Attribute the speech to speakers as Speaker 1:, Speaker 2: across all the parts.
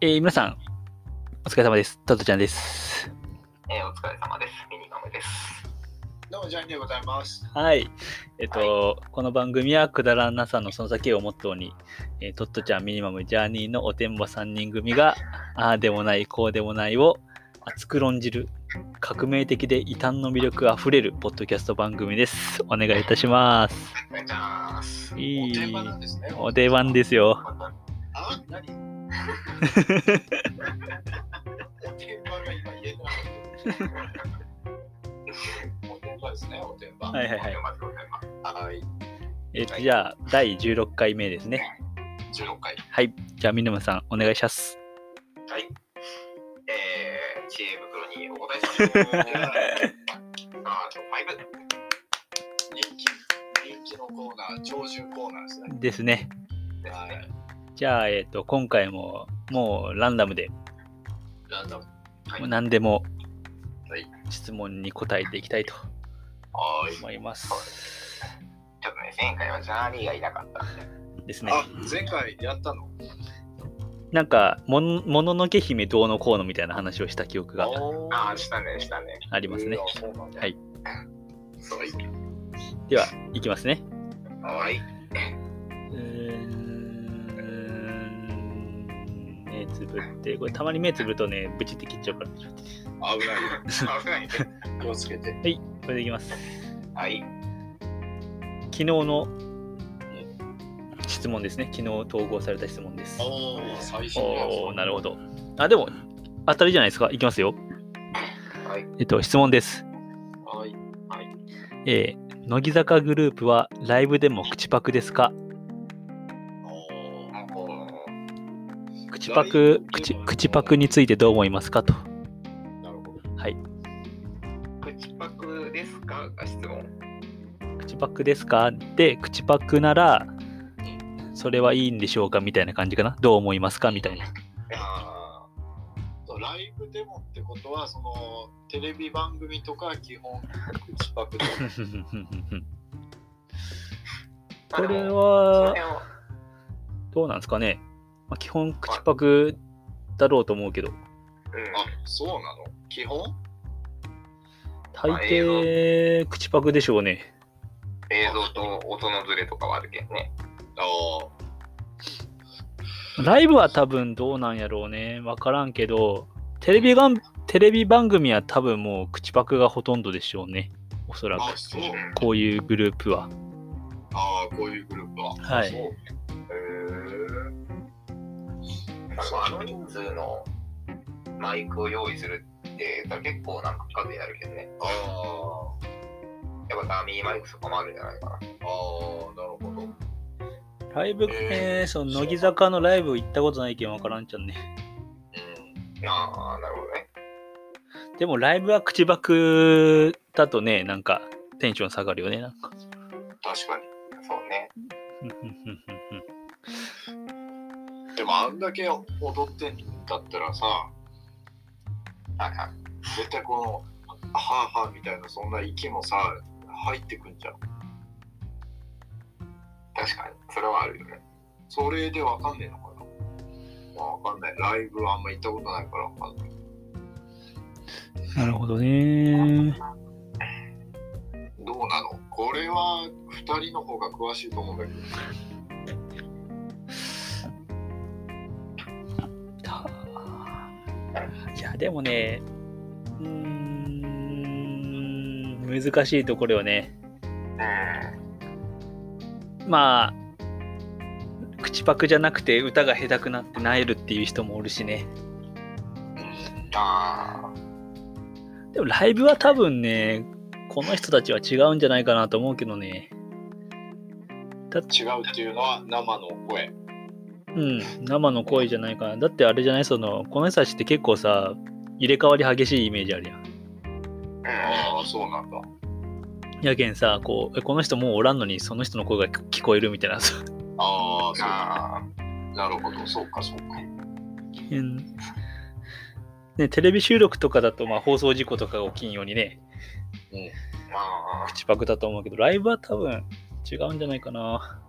Speaker 1: えー皆さん、お疲れ様です。トトちゃんです。
Speaker 2: えーお疲れ様です。ミニカムです。
Speaker 3: どうも、ジャンでございます。
Speaker 1: はい。えっと、この番組はくだらなさのその先をモットーに、えートットちゃん、ミニマム、ジャーニーのおてんば3人組が、ああでもない、こうでもないを熱く論じる、革命的で異端の魅力あふれるポッドキャスト番組です。お願いいたします。
Speaker 3: お願いします。
Speaker 1: いい
Speaker 3: お定番なんですね。
Speaker 1: お出番ですよ。
Speaker 3: あ、何お定番が今言えてなかった。お定番ですね、お定番。
Speaker 1: はいはいはい
Speaker 3: お定番でございますはい。
Speaker 1: えっと、じゃあ、第16回目ですね。
Speaker 3: 16回。
Speaker 1: はい。じゃあ、ミニマムさん、お願いします。
Speaker 2: はい。えー、知恵袋にお答えしましょう。 あと5。
Speaker 3: 人気、人気のコーナー、長寿コーナーですね。
Speaker 1: ですね。
Speaker 3: はい。
Speaker 1: じゃあ、えっ、と、今回も、もうランダムで、
Speaker 3: ランダム。
Speaker 2: はい
Speaker 1: もう何でも
Speaker 2: はい、
Speaker 1: 質問に答えていきたいと
Speaker 3: はい。
Speaker 1: 思います。
Speaker 2: ちょっとね、前回はジャーニーがいなかったんで。
Speaker 1: ですね。
Speaker 3: あ、前回やったの
Speaker 1: なんか、もんもののけ姫どうのこうのみたいな話をした記憶が
Speaker 3: おー
Speaker 2: ああ、したね、したね。
Speaker 1: ありますね
Speaker 3: う。わそうなんだ
Speaker 1: はい。
Speaker 3: そうい
Speaker 1: では、いきますね。
Speaker 2: はい。
Speaker 1: うーん目つぶって、これたまに目つぶるとね、ブチって切っちゃうから。は
Speaker 3: 危ないよ。
Speaker 2: 危ないね。
Speaker 3: 気をつけて。
Speaker 1: い、これでいきます。
Speaker 2: はい。
Speaker 1: 昨日の質問ですね。昨日統合された質問です。
Speaker 3: おお、最新のやつ
Speaker 1: おーなるほど。あ、でも、当たりじゃないですか。いきますよ。
Speaker 2: はい。
Speaker 1: えっと、質問です。
Speaker 3: はい。
Speaker 1: えー乃木坂グループはライブでも口パクですか
Speaker 3: おー
Speaker 2: も
Speaker 1: 口パク
Speaker 3: ライブで
Speaker 1: 口
Speaker 3: も、
Speaker 1: 口パクについてどう思いますかと。
Speaker 3: なるほど。
Speaker 2: う、口パクですかが質問。
Speaker 1: 口パクですかで、口パクなら、それはいいんでしょうかみたいな感じかな。どう思いますかみたい な。
Speaker 3: あーライブでもってことは、そのテレビ番組とかは基本口パクで。
Speaker 1: これ
Speaker 2: を、その
Speaker 1: は
Speaker 2: 辺、を
Speaker 1: どうなんですかね。まあ、基本、口パクだろうと思うけど、
Speaker 2: うん
Speaker 3: あ、そうなの基本
Speaker 1: 大抵、口パクでしょうね。
Speaker 2: 映像と音のズレとかはあるけどね。
Speaker 3: あ
Speaker 1: ライブは多分どうなんやろうね。わからんけど、テレビがんテレビ番組は多分もう口パクがほとんどでしょうね。おそら
Speaker 3: あ、あ、
Speaker 1: く。
Speaker 3: そう。
Speaker 1: こういうグループは。
Speaker 3: ああ、こういうグループは。
Speaker 1: はい
Speaker 3: そう
Speaker 2: うん。なんかあの人数のマイクを用意するって結構なんか数やるけどね。
Speaker 3: ああ、
Speaker 2: やっぱダミーマイクとかもあるんじゃないかな。
Speaker 3: ああ、なるほど。
Speaker 1: ライブ、
Speaker 3: えー
Speaker 1: えー、その乃木坂のライブ行ったことないけんわからんちゃんね。
Speaker 2: ああ、なるほどね。
Speaker 1: でもライブは口パクだとね、なんかテンション下がるよね。なんか。
Speaker 2: 確かに。そうね。
Speaker 1: うんうんうん
Speaker 3: うん。でもあんだけ踊ってんだったらさ、
Speaker 2: はいはい。
Speaker 3: 絶対この、はあはあみたいな、そんな息もさ、入ってくんじゃん。
Speaker 2: 確かに。それはあるよね。
Speaker 3: それでわかんねえのかなわかんない。ライブあんま行ったことないからわかんない。
Speaker 1: うんなるほどね。
Speaker 3: どうなのこれは2人の方が詳しいと思うんだけど。
Speaker 1: たいや、でもね、うーん、難しいところよね。
Speaker 2: うん。
Speaker 1: まあ口パクじゃなくて歌が下手くなってなえるっていう人もおるしね
Speaker 2: あ
Speaker 1: でもライブは多分ねこの人たちは違うんじゃないかなと思うけどね
Speaker 3: 違うっていうのは生の声。
Speaker 1: うん生の声じゃないかなだってあれじゃないそのこの人たちって結構さ入れ替わり激しいイメージあるやん
Speaker 2: あ。
Speaker 3: ああ、そうなんだ。
Speaker 1: やけんさこうえこの人もうおらんのにその人の声が聞聞こえるみたいな さ
Speaker 3: ああ、
Speaker 2: うん。
Speaker 3: そうか。
Speaker 2: あ
Speaker 3: なるほど、そうか、そうか。
Speaker 1: 変ねテレビ収録とかだと、まあ、放送事故とかが起きんようにね
Speaker 2: あ。まあ。
Speaker 1: 口パクだと思うけどライブは多分違うんじゃないかな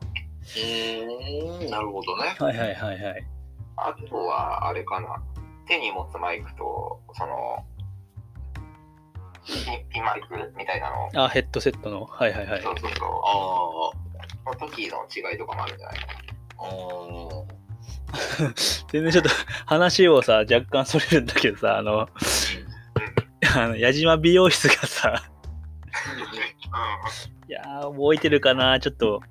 Speaker 3: うーん、なるほどね。
Speaker 1: はいはいはいはい。
Speaker 2: あとは、あれかな。手に持つマイクと、その、ピピンマイクみたいなの、
Speaker 1: あ、ヘッドセットの。はいはいはい。
Speaker 2: そうそうそ
Speaker 3: あ
Speaker 2: う、の時の違いとかもあるんじゃないか
Speaker 3: あ、あ
Speaker 1: 全然ちょっと 話をさ、若干それるんだけどさ、あの、あの矢島美容室がさ、いやー、覚えてるかな、ちょっと、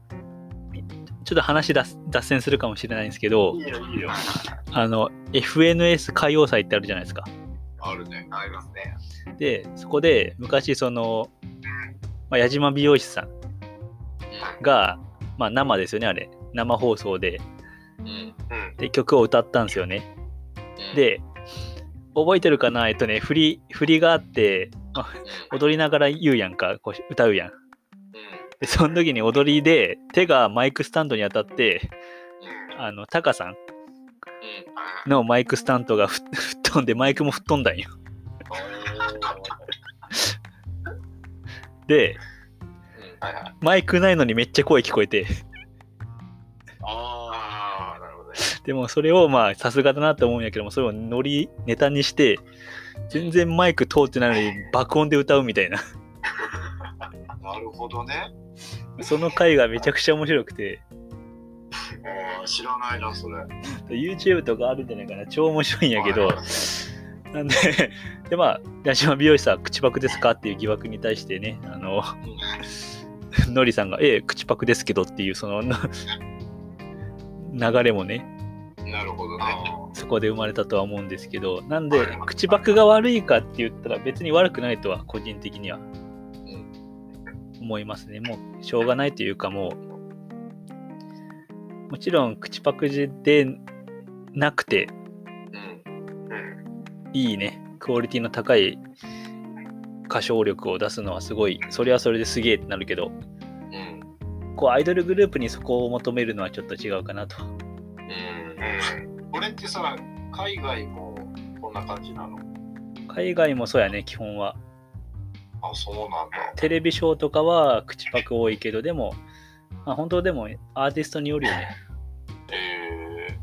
Speaker 1: ちょっと話脱脱線するかもしれないんですけ
Speaker 3: あ。
Speaker 1: ど
Speaker 3: い、いよ、いいよ。
Speaker 1: あの、FNS 歌謡祭ってあるじゃないですか。
Speaker 3: あるね。
Speaker 2: な。ありますね。
Speaker 1: で、そこで昔、その、まあ、矢島美容師さんが、まあ、生ですよね、あれ。生放送で
Speaker 3: うん。
Speaker 2: うん。
Speaker 1: で曲を歌ったんですよね。
Speaker 3: うん、
Speaker 1: で、覚えてるかなえっとね、振り、振りがあって、まあ踊りながら言うやんか、こう歌うやん。で、その時に踊りで、手がマイクスタンドに当たって、あの、タカさんのマイクスタンドがふ 吹っ飛んで、マイクも吹っ飛んだんよ。で、
Speaker 2: はいはい。
Speaker 1: マイクないのにめっちゃ声聞こえて、
Speaker 3: あ
Speaker 2: ああ、なるほどね。
Speaker 1: でもそれをまあ、さすがだなと思うんやけども、それをノリ、ネタにして、全然マイク通ってないのに爆音で歌うみたいな。
Speaker 3: あ、なるほどね。
Speaker 1: その回がめちゃくちゃ面白くて、
Speaker 3: あー知らないな、それ。
Speaker 1: YouTube とかあるんじゃないかな、超面白いんやけ
Speaker 3: は
Speaker 1: ど
Speaker 3: い、
Speaker 1: なんで、でまあ、矢島美容師さん、口パクですかっていう疑惑に対してね、あの、 のりさんが、ええ、口パクですけどっていう、その、 な流れもね、
Speaker 3: なるほどね。
Speaker 1: そこで生まれたとは思うんですけど、なん
Speaker 2: は
Speaker 1: で
Speaker 2: い、
Speaker 1: 口パクが悪いかって言ったら、別に悪くないとは、個人的には
Speaker 3: うん
Speaker 1: 思いますね。もう、しょうがないというか、もう、もちろん、口パクでなくて、
Speaker 3: うん。
Speaker 2: うん。
Speaker 1: いいね、クオリティの高い歌唱力を出すのはすごい、それはそれですげえってなるけど、
Speaker 3: うん。
Speaker 1: こうアイドルグループにそこを求めるのはちょっと違うかなと。
Speaker 3: うん。
Speaker 2: うん。
Speaker 3: これってさ、海外もこんな感じなの
Speaker 1: 海外もそうやね、基本は。
Speaker 3: あ、そうなんだ。
Speaker 1: テレビショーとかは口パク多いけど、でも、まあ、本当でもアーティストによるよ ね。
Speaker 3: えー、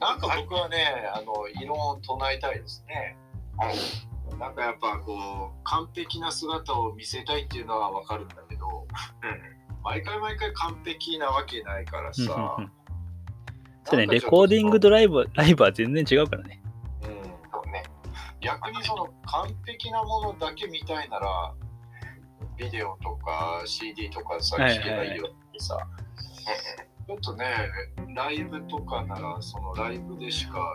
Speaker 3: なんか僕はね、あの異論を唱えたいですね。なんかやっぱこう完璧な姿を見せたいっていうのはわかるんだけど、毎回毎回完璧なわけないから
Speaker 1: うん
Speaker 3: さ。
Speaker 1: うんうん
Speaker 3: な
Speaker 1: そう
Speaker 3: んかちょっと
Speaker 1: ね、レコーディングドライブ、ライブは全然違うからね。
Speaker 3: うん、
Speaker 2: そうね。
Speaker 3: 逆にその完璧なものだけ見たいなら、ビデオとか CD とかさ、
Speaker 1: はいはい
Speaker 3: 聞けばいいよってさ。ちょっとね、ライブとかなら、そのライブでしか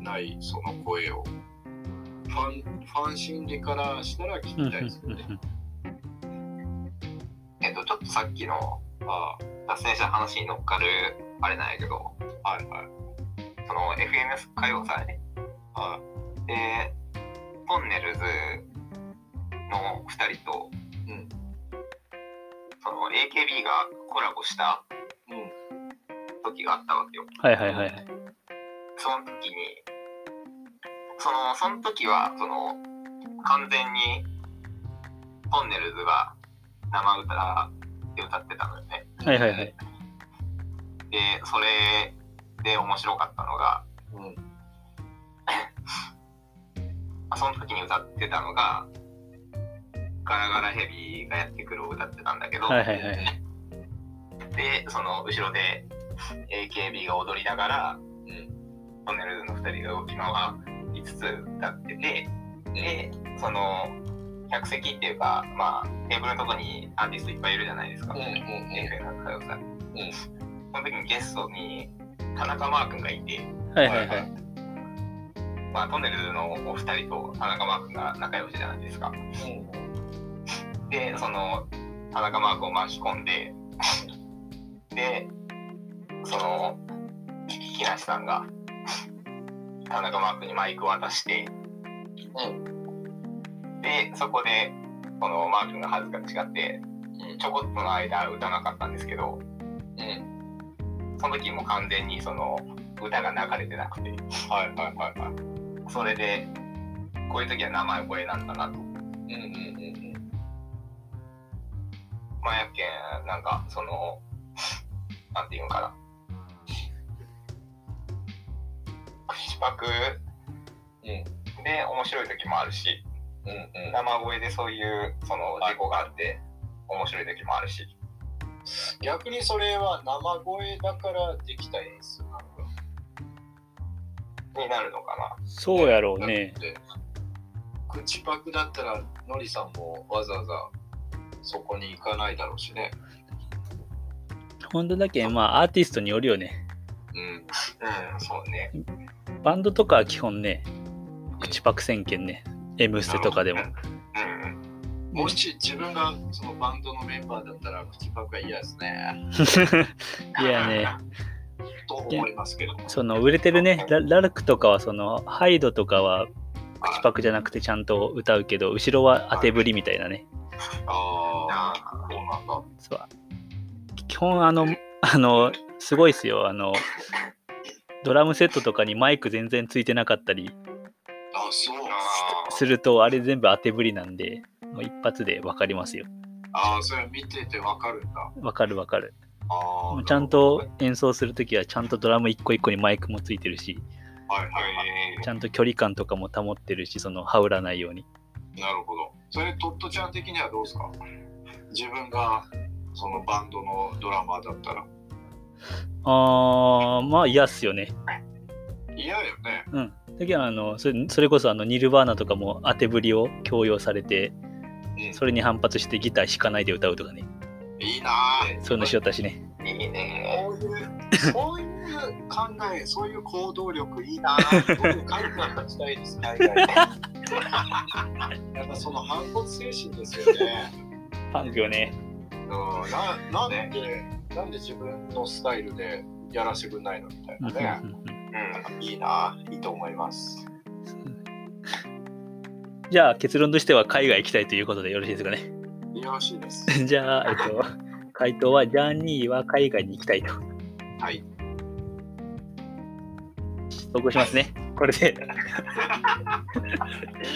Speaker 3: ないその声を、ファン、ファン心理からしたら聞
Speaker 1: うん
Speaker 3: きたいです
Speaker 1: うん
Speaker 3: よ
Speaker 1: うん
Speaker 3: ね。
Speaker 1: うん
Speaker 2: えっと、ちょっとさっきの、まあ、脱線した話に乗っかる、あれなんやけど、
Speaker 3: はいはい。
Speaker 2: その FMS 歌謡祭
Speaker 3: は
Speaker 2: で、トンネルズの2人と、
Speaker 3: い。うん。
Speaker 2: その AKB がコラボした
Speaker 3: うん。
Speaker 2: 時があったわけよ。
Speaker 1: はいはいはいはい。
Speaker 2: その時に、その、その時は、その、完全に、トンネルズが生歌で歌ってたのよね。
Speaker 1: はいはいはい。
Speaker 2: で、それで面白かったのが、
Speaker 3: うん。
Speaker 2: その時に歌ってたのが、ガラガラヘビがやってくるを歌ってたんだけど、
Speaker 1: はいはいはい。
Speaker 2: で、その後ろで AKB が踊りながら、トンネルズの2人が動き回りつつ歌ってて、で、その、客席っていうか、まあ、テーブルのとこにアーティストいっぱいいるじゃないですか。
Speaker 3: うんうんうん
Speaker 2: ええなんかよさその時にゲストに田中マー君がいて、
Speaker 1: はいはいはい。
Speaker 2: まあ、トンネルズのお二人と田中マー君が仲良しじゃないですか。で、その、田中マークを巻き込んで、で、その、木梨さんが、田中マークにマイクを渡して、で、そこで、このマークが恥ずかしがって、ちょこっとの間歌わなかったんですけど、その時も完全にその、歌が流れてなくて、
Speaker 3: はいはいはいはい。
Speaker 2: それで、こういう時は生声なんだなと。
Speaker 3: うんうんうんうん。
Speaker 2: まあ、やっけん、なんか、その、なんていうのかな。白
Speaker 3: うん
Speaker 2: で面白い時もあるし、
Speaker 3: うんうん
Speaker 2: 生声でそういうその事故があって面白い時もあるし、
Speaker 3: 逆にそれは生声だからできた演出なのか
Speaker 2: になるのかな。
Speaker 1: そうやろうね。
Speaker 3: だって口パクだったらのりさんもわざわざそこに行かないだろうしね
Speaker 1: 本当だけんまあアーティストによるよね。
Speaker 3: うん
Speaker 2: うん、そうね。
Speaker 1: バンドとかは基本ね、口パク宣言ね。M ステとかでも
Speaker 2: う。んうん。
Speaker 3: もし自分がそのバンドのメンバーだったら口パクは嫌ですね
Speaker 1: いやね、
Speaker 3: と思いますけど
Speaker 1: その売れてるね、ララルクとかはそのハイドとかは口パクじゃなくてちゃんと歌うけど、後ろは当てぶりみたいなね。
Speaker 3: あ
Speaker 2: あ
Speaker 3: あそうなんだ
Speaker 1: そう基本あの、あの、すごいっすよ。あの、ドラムセットとかにマイク全然ついてなかったり
Speaker 3: あそう
Speaker 2: あ
Speaker 1: すると、あれ全部当てぶりなんで、もう一発で分かりますよ。
Speaker 3: ああそれ見ててわかるんだ
Speaker 1: 分かる分かる。
Speaker 3: あ
Speaker 1: も
Speaker 3: あ
Speaker 1: うちゃんと演奏するときはちゃんとドラム一個一個にマイクもついてるし、
Speaker 3: はいはい
Speaker 2: あ、
Speaker 3: はい
Speaker 2: え
Speaker 1: ちゃんと距離感とかも保ってるし、その羽織らないように。
Speaker 3: なるほど。それ、トットちゃん的にはどうですか自分がそのバンドのドラマーだったら
Speaker 1: あー、まあ嫌っすよね。
Speaker 3: 嫌よね。
Speaker 1: うん。だけどあのそれ、それこそあのニルバーナとかも当てぶりを強要されて、
Speaker 3: うん
Speaker 1: それに反発してギター弾かないで歌うとかね。
Speaker 3: いいなぁ。
Speaker 1: そういうのしよったしね。
Speaker 2: ーいいね。
Speaker 3: こういう、そういう考え、そういう行動力いいなぁ。僕、海外に行きたいです。海外にやっぱその反骨精神ですよね。
Speaker 1: パンクよね。
Speaker 3: うん、ななんで、なんで自分のスタイルでやらせてくれないのみたいなね。
Speaker 2: うん。
Speaker 3: いいなぁ。いいと思います。
Speaker 1: じゃあ結論としては海外行きたいということでよろしいですかね。
Speaker 3: よろしいです。
Speaker 1: じゃあ、えっ と、回答はジャーニーは海外に行きたいと。
Speaker 3: はい。
Speaker 1: 投稿しますね。これで。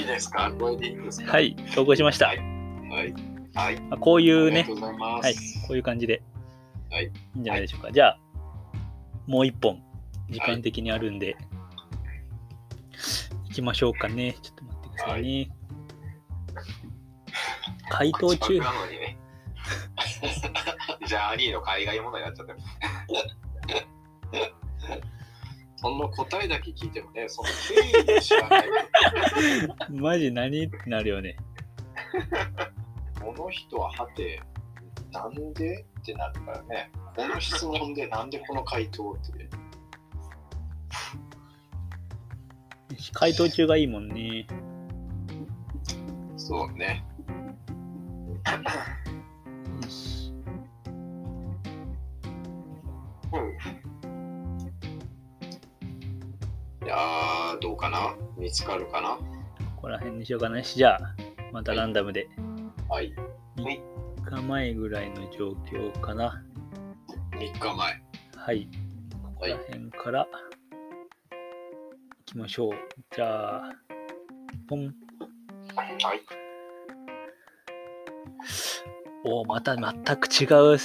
Speaker 3: いいですかこれでいいですか
Speaker 1: はい、投稿しました。
Speaker 3: はいはい。はい。
Speaker 1: まあこういう
Speaker 3: ありが
Speaker 1: ね
Speaker 3: と、うございます。
Speaker 1: はい、こういう感じで、
Speaker 3: はい
Speaker 1: いんじゃないでしょうか。じゃあ、もう一本、時間的にあるんで、行きましょうかね。ちょっと待ってくださいね。回答
Speaker 2: 口
Speaker 1: 中
Speaker 2: パク、なのにね。じゃあ、アリーの海外ものになっちゃってる。
Speaker 3: その答えだけ聞いてもね、その経緯を知らない。
Speaker 1: マジ何ってなるよね。
Speaker 3: この人ははて、なんでってなるからね。この質問でなんでこの回答って。
Speaker 1: 回答中がいいもんね。
Speaker 3: そうね。いやー、どうかな見つかるかな
Speaker 1: ここら辺にしようかな。じゃあ、またランダムで、
Speaker 3: はい。
Speaker 1: 3日前ぐらいの状況かな。
Speaker 3: 3日前。
Speaker 1: はい。ここら辺から行きましょう。じゃあ、ポン。
Speaker 2: はい。
Speaker 1: おお、また全く違う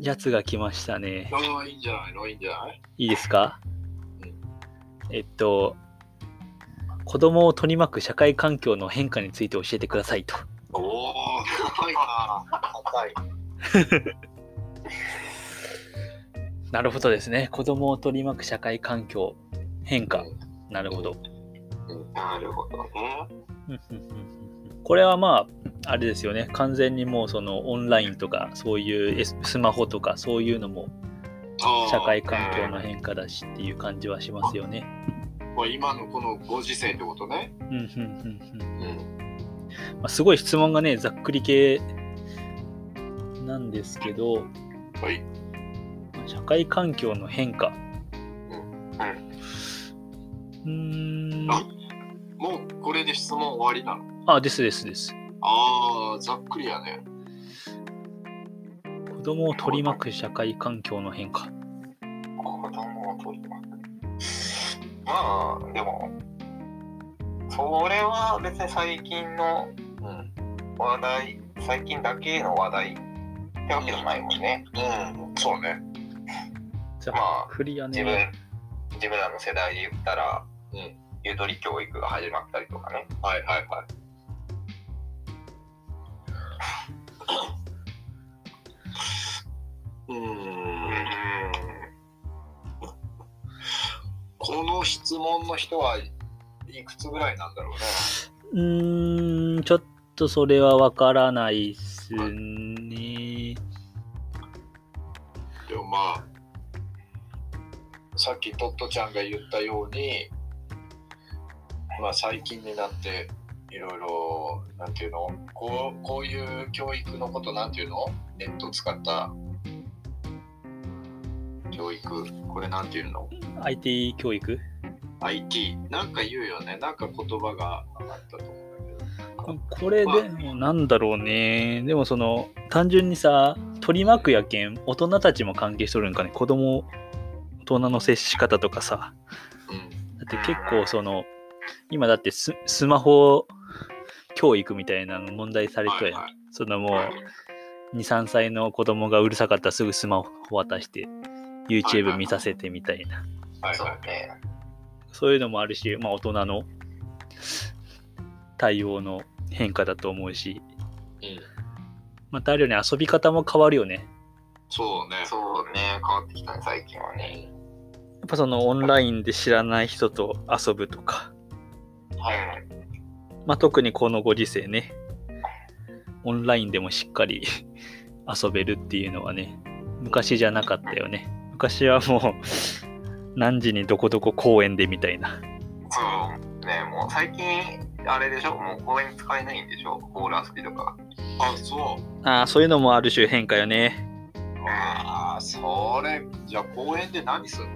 Speaker 1: やつが来ましたね。
Speaker 3: ああ、いいんじゃないのいいんじゃない
Speaker 1: いいですかえっと、子供を取り巻く社会環境の変化について教えてくださいと。
Speaker 3: おお、高いな。高い。
Speaker 1: なるほどですね。子供を取り巻く社会環境変化。なるほど。
Speaker 2: なるほどね。
Speaker 1: うんうんうんうんこれはまああれですよね完全にもうそのオンラインとかそういうエススマホとかそういうのも
Speaker 3: あ ー
Speaker 1: 社会環境の変化だしっていう感じはしますよね。
Speaker 3: もう今のこのご時世ってことね。
Speaker 1: うんうんうんうん
Speaker 3: うん。
Speaker 1: まあ、すごい質問がねざっくり系なんですけど
Speaker 3: はい。
Speaker 1: 社会環境の変化。うーん
Speaker 3: あもうこれで質問終わりなの。
Speaker 1: あですですです。
Speaker 3: ああ、ざっくりやね。
Speaker 1: 子供を取り巻く社会環境の変化。
Speaker 2: 子供を取り巻く。まあ、でも、それは別に最近の
Speaker 3: うん。うん。
Speaker 2: 話題、最近だけの話題ってわけじゃないもんね。
Speaker 3: そうね。
Speaker 1: ざ
Speaker 2: まあ
Speaker 1: っくりや
Speaker 2: 自
Speaker 1: ね。
Speaker 2: 分、自分らの世代で言ったら、
Speaker 3: うん
Speaker 2: ゆとり教育が始まったりとかね。
Speaker 3: はいはいはい。うーんこの質問の人はいくつぐらいなんだろうね。
Speaker 1: うーん、ちょっとそれはわからないっすね。
Speaker 3: でもまあさっきトットちゃんが言ったように、まあ、最近になっていろいろなんていうのこうこういう教育のことなんていうのネット使った教育これなんていうの
Speaker 1: IT 教育
Speaker 3: IT なんか言うよねなんか言葉があったと思うんだ
Speaker 1: これでもなんだろうね。でもその、単純にさ、取り巻くやけん、大人たちも関係しとるんかね。子供、大人の接し方とかさ。
Speaker 3: けど、うん、
Speaker 1: だって結構その、今だってススマホ教育みたいなの問題されとやん。
Speaker 3: はいはい
Speaker 1: そのもう、2、3歳の子供がうるさかったらすぐスマホ渡して、YouTube 見させてみたいな。
Speaker 3: はい
Speaker 2: そう
Speaker 3: はい
Speaker 2: ね。
Speaker 1: そういうのもあるし、まあ、大人の対応の変化だと思うし、
Speaker 3: うん、
Speaker 1: またあるよね、遊び方も変わるよね。
Speaker 3: そうね
Speaker 2: そうね、変わってきたね、最近はね。
Speaker 1: やっぱそのオンラインで知らない人と遊ぶとか、
Speaker 3: はい
Speaker 1: まあ、特にこのご時世ね、オンラインでもしっかり 遊べるっていうのはね、昔じゃなかったよね。昔はもう、何時にどこどこ公園でみたいな。
Speaker 2: そう。ね、もう最近、あれでしょ、もう公園使えないんでしょ、ボール遊びとか。
Speaker 3: あそう
Speaker 1: ああ、そういうのもある種変化よね。
Speaker 3: ああそれじゃあ公園で何する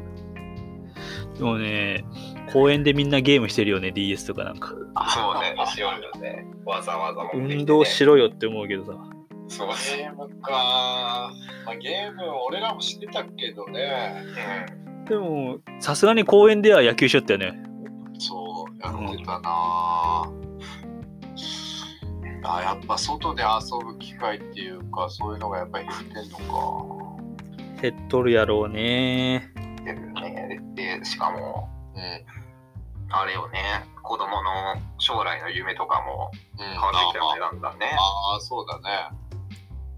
Speaker 3: の
Speaker 1: でもね、公園でみんなゲームしてるよね、DS とかなんか。
Speaker 2: そうね、しようよね。わざわざ持ってきてね
Speaker 1: 運動しろよって思うけどさ。
Speaker 2: そうね。
Speaker 3: ゲームか、まあ、ゲーム俺らも知ってたけどね
Speaker 1: でも、さすがに公園では野球しよったよね。
Speaker 3: そうやってたなああやっぱ外で遊ぶ機会っていうかそういうのがやっぱり減ってんの
Speaker 1: 減っとるやろうね。
Speaker 2: うん。出てるね。で、しかも、
Speaker 3: かね
Speaker 2: あれよね、子供の将来の夢とかも
Speaker 3: うん
Speaker 2: 変わってきたよ
Speaker 3: あ
Speaker 2: ね、だんだんね。
Speaker 3: あああそうだね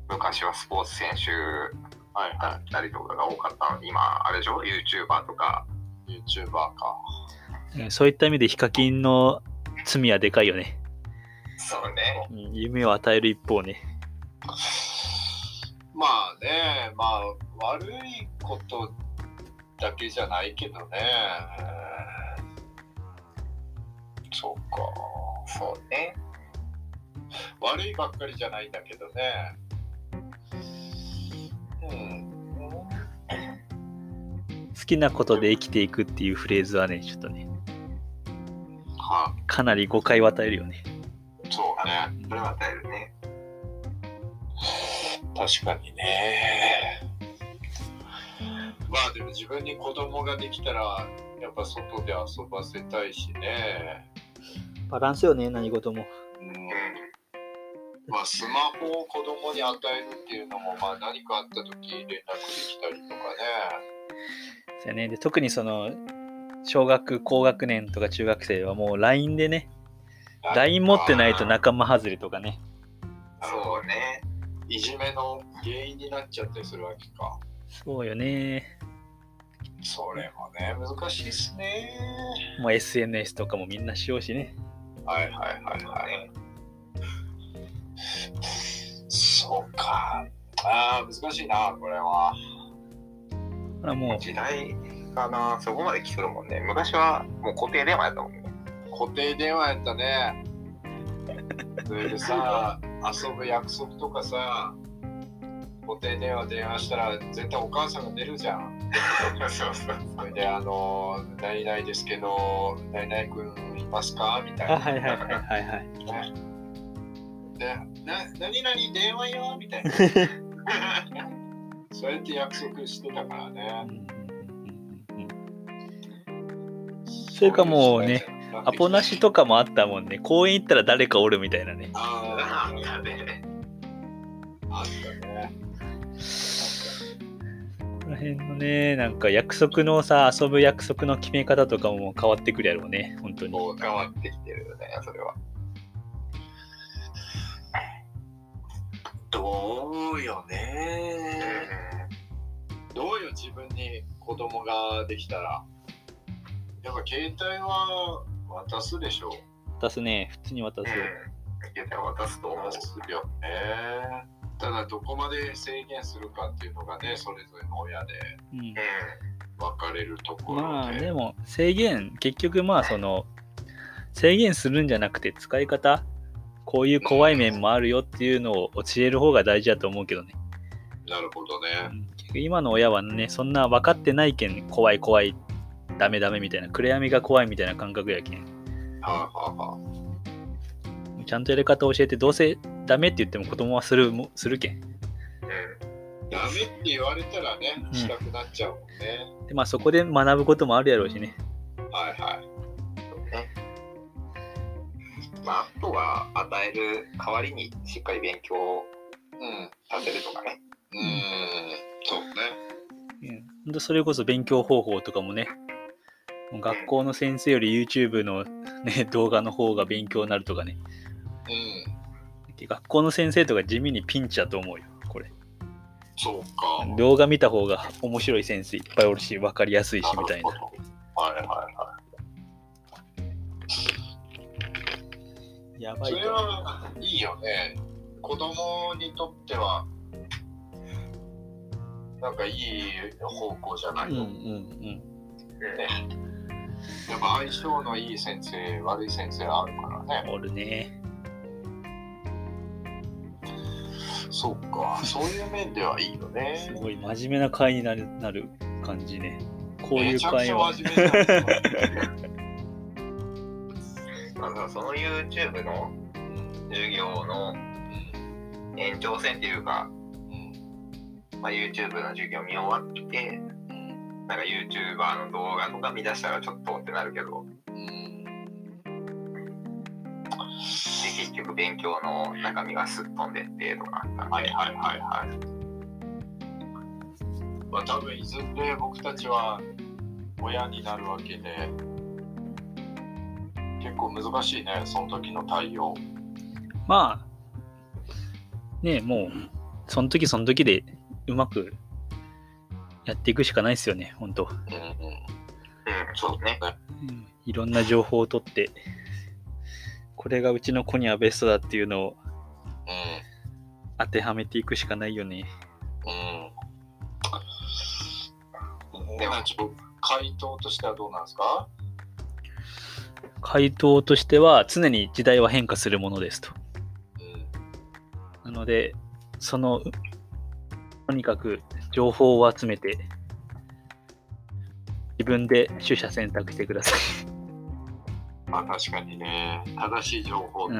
Speaker 2: 昔はスポーツ選手
Speaker 3: はい
Speaker 2: だ
Speaker 3: は
Speaker 2: ったりとかが多かったのに、今、あれでしょ、YouTuber とか。
Speaker 3: い YouTuber か
Speaker 1: そういった意味でヒカキンの罪はでかいよね。
Speaker 2: そうね。
Speaker 1: うん夢を与える一方ね。
Speaker 3: まあねまあ悪いことだけじゃないけどねそうか
Speaker 2: そうね。
Speaker 3: 悪いばっかりじゃないんだけどね。うん。
Speaker 1: 好きなことで生きていくっていうフレーズはね、ちょっとね、
Speaker 3: は
Speaker 1: かなり誤解を与えるよね。
Speaker 3: そうね。
Speaker 2: それは与えるね。
Speaker 3: 確かにね。まあでも自分に子供ができたら、やっぱ外で遊ばせたいしね。
Speaker 1: バランスよね、何事も。
Speaker 3: うん
Speaker 2: う
Speaker 3: まあスマホを子供に与えるっていうのも、まあ何かあった時連絡できたりとかね。
Speaker 1: そうやね。で、特にその、小学、高学年とか中学生はもう LINE でね、LINE 持ってないと仲間外れとかね。
Speaker 2: ん。そうね。
Speaker 3: いじめの原因になっちゃったりするわけか。
Speaker 1: そうよね。
Speaker 3: それもね、難しいっすね。
Speaker 1: もう SNS とかもみんなしようしね。
Speaker 3: はいはいはいはい。そうか。ああ、難しいな、これは。
Speaker 1: ほらもう、
Speaker 2: 時代かな、そこまで来とるもんね。昔はもう固定電話やったもんね。
Speaker 3: 固定電話やったね。それでさ、遊ぶ約束とかさ、固定電話電話したら絶対お母さんが出るじゃん。
Speaker 2: そうそう。
Speaker 3: それで、あのー、何々ですけど、何々くんいますかみたい
Speaker 1: あ
Speaker 3: な。
Speaker 1: はいはいはいはいはい。
Speaker 3: でな何々電話よ みたいな。そうやって約束してたからね。
Speaker 1: それかもうね、アポなしとかもあったもんね。公園行ったら誰かおるみたいなね。
Speaker 3: あ
Speaker 2: あ
Speaker 3: ー
Speaker 2: ったね。
Speaker 3: あったね。
Speaker 1: ここら辺のね、なんか約束のさ、遊ぶ約束の決め方とかも変わってくるやろうね、本当に。
Speaker 2: こう変わってきてるよね、それは。
Speaker 3: どうよねどうよ自分に子供ができたらやっぱ携帯は渡すでしょう
Speaker 1: 渡すね、普通に渡す。
Speaker 2: うん。携帯渡すと思
Speaker 3: 渡。
Speaker 2: う
Speaker 3: すよねただどこまで制限するかっていうのがねそれぞれの親で
Speaker 1: うん
Speaker 3: 分かれるところで、
Speaker 1: まあでも制限結局まあその制限するんじゃなくて使い方こういう怖い面もあるよっていうのを教える方が大事だと思うけどね、
Speaker 3: なるほど
Speaker 1: う
Speaker 3: ね
Speaker 1: ん結局今の親はねそんな分かってないけん怖い怖いダメダメみたいな暗闇が怖いみたいな感覚やけん
Speaker 3: はあ、はあはあ、
Speaker 1: ちゃんとやり方を教えてどうせダメって言っても子供はするもするけん
Speaker 3: ダメって言われたらね
Speaker 1: うん
Speaker 3: したくなっちゃうもんね、
Speaker 1: でまあそこで学ぶこともあるやろうしね
Speaker 3: はいはい
Speaker 2: うん。まあ、あとは与える代わりにしっかり勉強を
Speaker 3: うん
Speaker 2: させるとかね。
Speaker 3: うーんそうね
Speaker 1: うんほんとそれこそ勉強方法とかもね、もう学校の先生より YouTube の、ね、 動画の方が勉強になるとかね、
Speaker 3: うん
Speaker 1: 学校の先生とか地味にピンチだと思うよ、これ。
Speaker 3: そうか
Speaker 1: 動画見た方が面白い先生いっぱいおるし、分かりやすいしみたいな。
Speaker 3: はいはいは
Speaker 1: や
Speaker 3: い
Speaker 1: ばい
Speaker 3: それ
Speaker 1: と思う。
Speaker 3: はいいよね子供にとってはなんかいい方向じゃない
Speaker 1: うんう
Speaker 3: の、
Speaker 1: んうん。
Speaker 3: やっぱ相性のいい先生悪い先生あるからね
Speaker 1: おるね。
Speaker 3: そうかそういう面ではいい
Speaker 1: す
Speaker 3: よね
Speaker 1: ごい真面目な会になるなる感じね。こうい
Speaker 3: め
Speaker 1: う
Speaker 3: ちゃく
Speaker 1: 会
Speaker 3: ちゃ
Speaker 1: は。
Speaker 3: 真面目じゃん
Speaker 2: まあ、その YouTube の授業の延長線っていうか、まあ、YouTube の授業見終わって、なんか YouTuber の動画とか見出したらちょっとってなるけど、で結局勉強の中身がすっ飛んでってとかあったんで
Speaker 3: はいはいはいはいまあ多分いずれ僕たちは親になるわけで結構難しいねその時の対応
Speaker 1: まあ、ねえ、もう、その時その時でうまくやっていくしかないですよね、本当。
Speaker 3: うんうん
Speaker 2: うん、そうね。
Speaker 1: うんいろんな情報を取って、これがうちの子にはベストだっていうのを当てはめていくしかないよね。
Speaker 3: うんうんでもちょっと回答としてはどうなんですか
Speaker 1: 回答としては、常に時代は変化するものですと。
Speaker 3: うん
Speaker 1: なので、その、とにかく情報を集めて、自分で取捨選択してください。
Speaker 3: まあ確かにね正しい情報と、
Speaker 1: う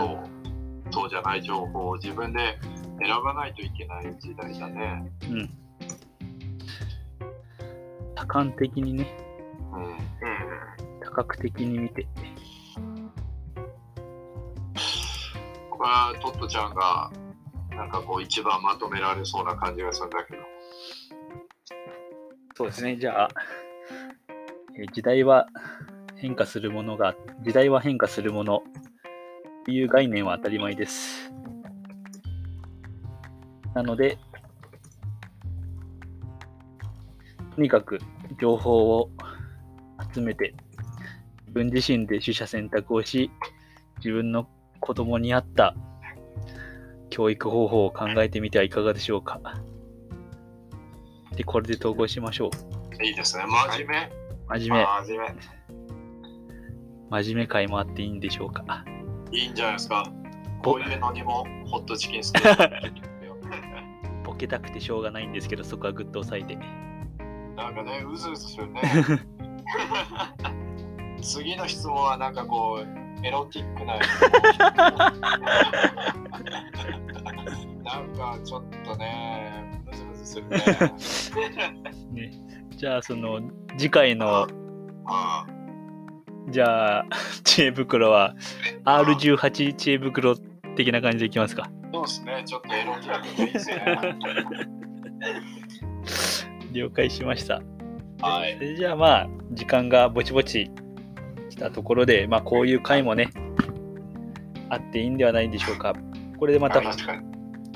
Speaker 3: そうじゃない情報を自分で選ばないといけない時代だね
Speaker 1: うん。多感的にね、
Speaker 3: うん
Speaker 2: うん
Speaker 1: 多角的に見て。
Speaker 3: ここはトットちゃんがなんかこう一番まとめられそうな感じがするんだけど
Speaker 1: そうですね、じゃあ、えー時代は変化するものが、時代は変化するものという概念は当たり前です。なので、とにかく情報を集めて、自分自身で取捨選択をし、自分の子供に合った教育方法を考えてみてはいかがでしょうか。で、これで投稿しましょう。
Speaker 3: いいですね真面目、
Speaker 1: 真
Speaker 2: うん。
Speaker 1: 面
Speaker 2: あ真面目。
Speaker 1: 目、真面目会もあっていいんでしょうか。
Speaker 3: い、いんじゃないですかこ
Speaker 1: ぼ
Speaker 3: ういうのにもホットチキンス テーキ
Speaker 1: ボケたくてしょうがないんですけど、そこはぐっと抑えて。
Speaker 3: なんかねうずうずする ね次の質問はなんかこうエロティックななんかちょっとねムズムズするね
Speaker 1: ね、じゃあ、その、次回の、
Speaker 3: あ
Speaker 1: じゃあ、 知恵袋は、R18 知恵袋的な感じでいきますか。
Speaker 3: そうですねちょっとエロティックでいいですね
Speaker 1: 了解しました。
Speaker 3: はい
Speaker 1: そ。れじゃあまあ、時間がぼちぼちしたところで、まあ、こういう回もね、あっていいんではないでしょうか。これでまた、
Speaker 2: 確かに。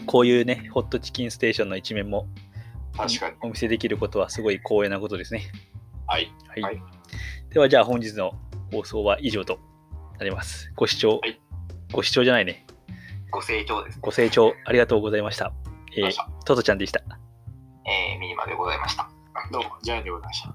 Speaker 1: こういうね、ホットチキンステーションの一面も
Speaker 3: 確かに。
Speaker 1: お見せできることはすごい光栄なことですね。
Speaker 3: はい。
Speaker 1: はい。
Speaker 2: はい
Speaker 1: では、じゃあ本日の放送は以上となります。ご視聴、
Speaker 3: はい
Speaker 1: ご視聴じゃないね。
Speaker 2: ご清聴です。
Speaker 1: ご清聴ありがとうございました。え
Speaker 3: よ
Speaker 1: ー
Speaker 3: いしょ、
Speaker 1: トトちゃんでした。
Speaker 2: えーミニマでございました。
Speaker 3: どうも、ジャーニーでございました。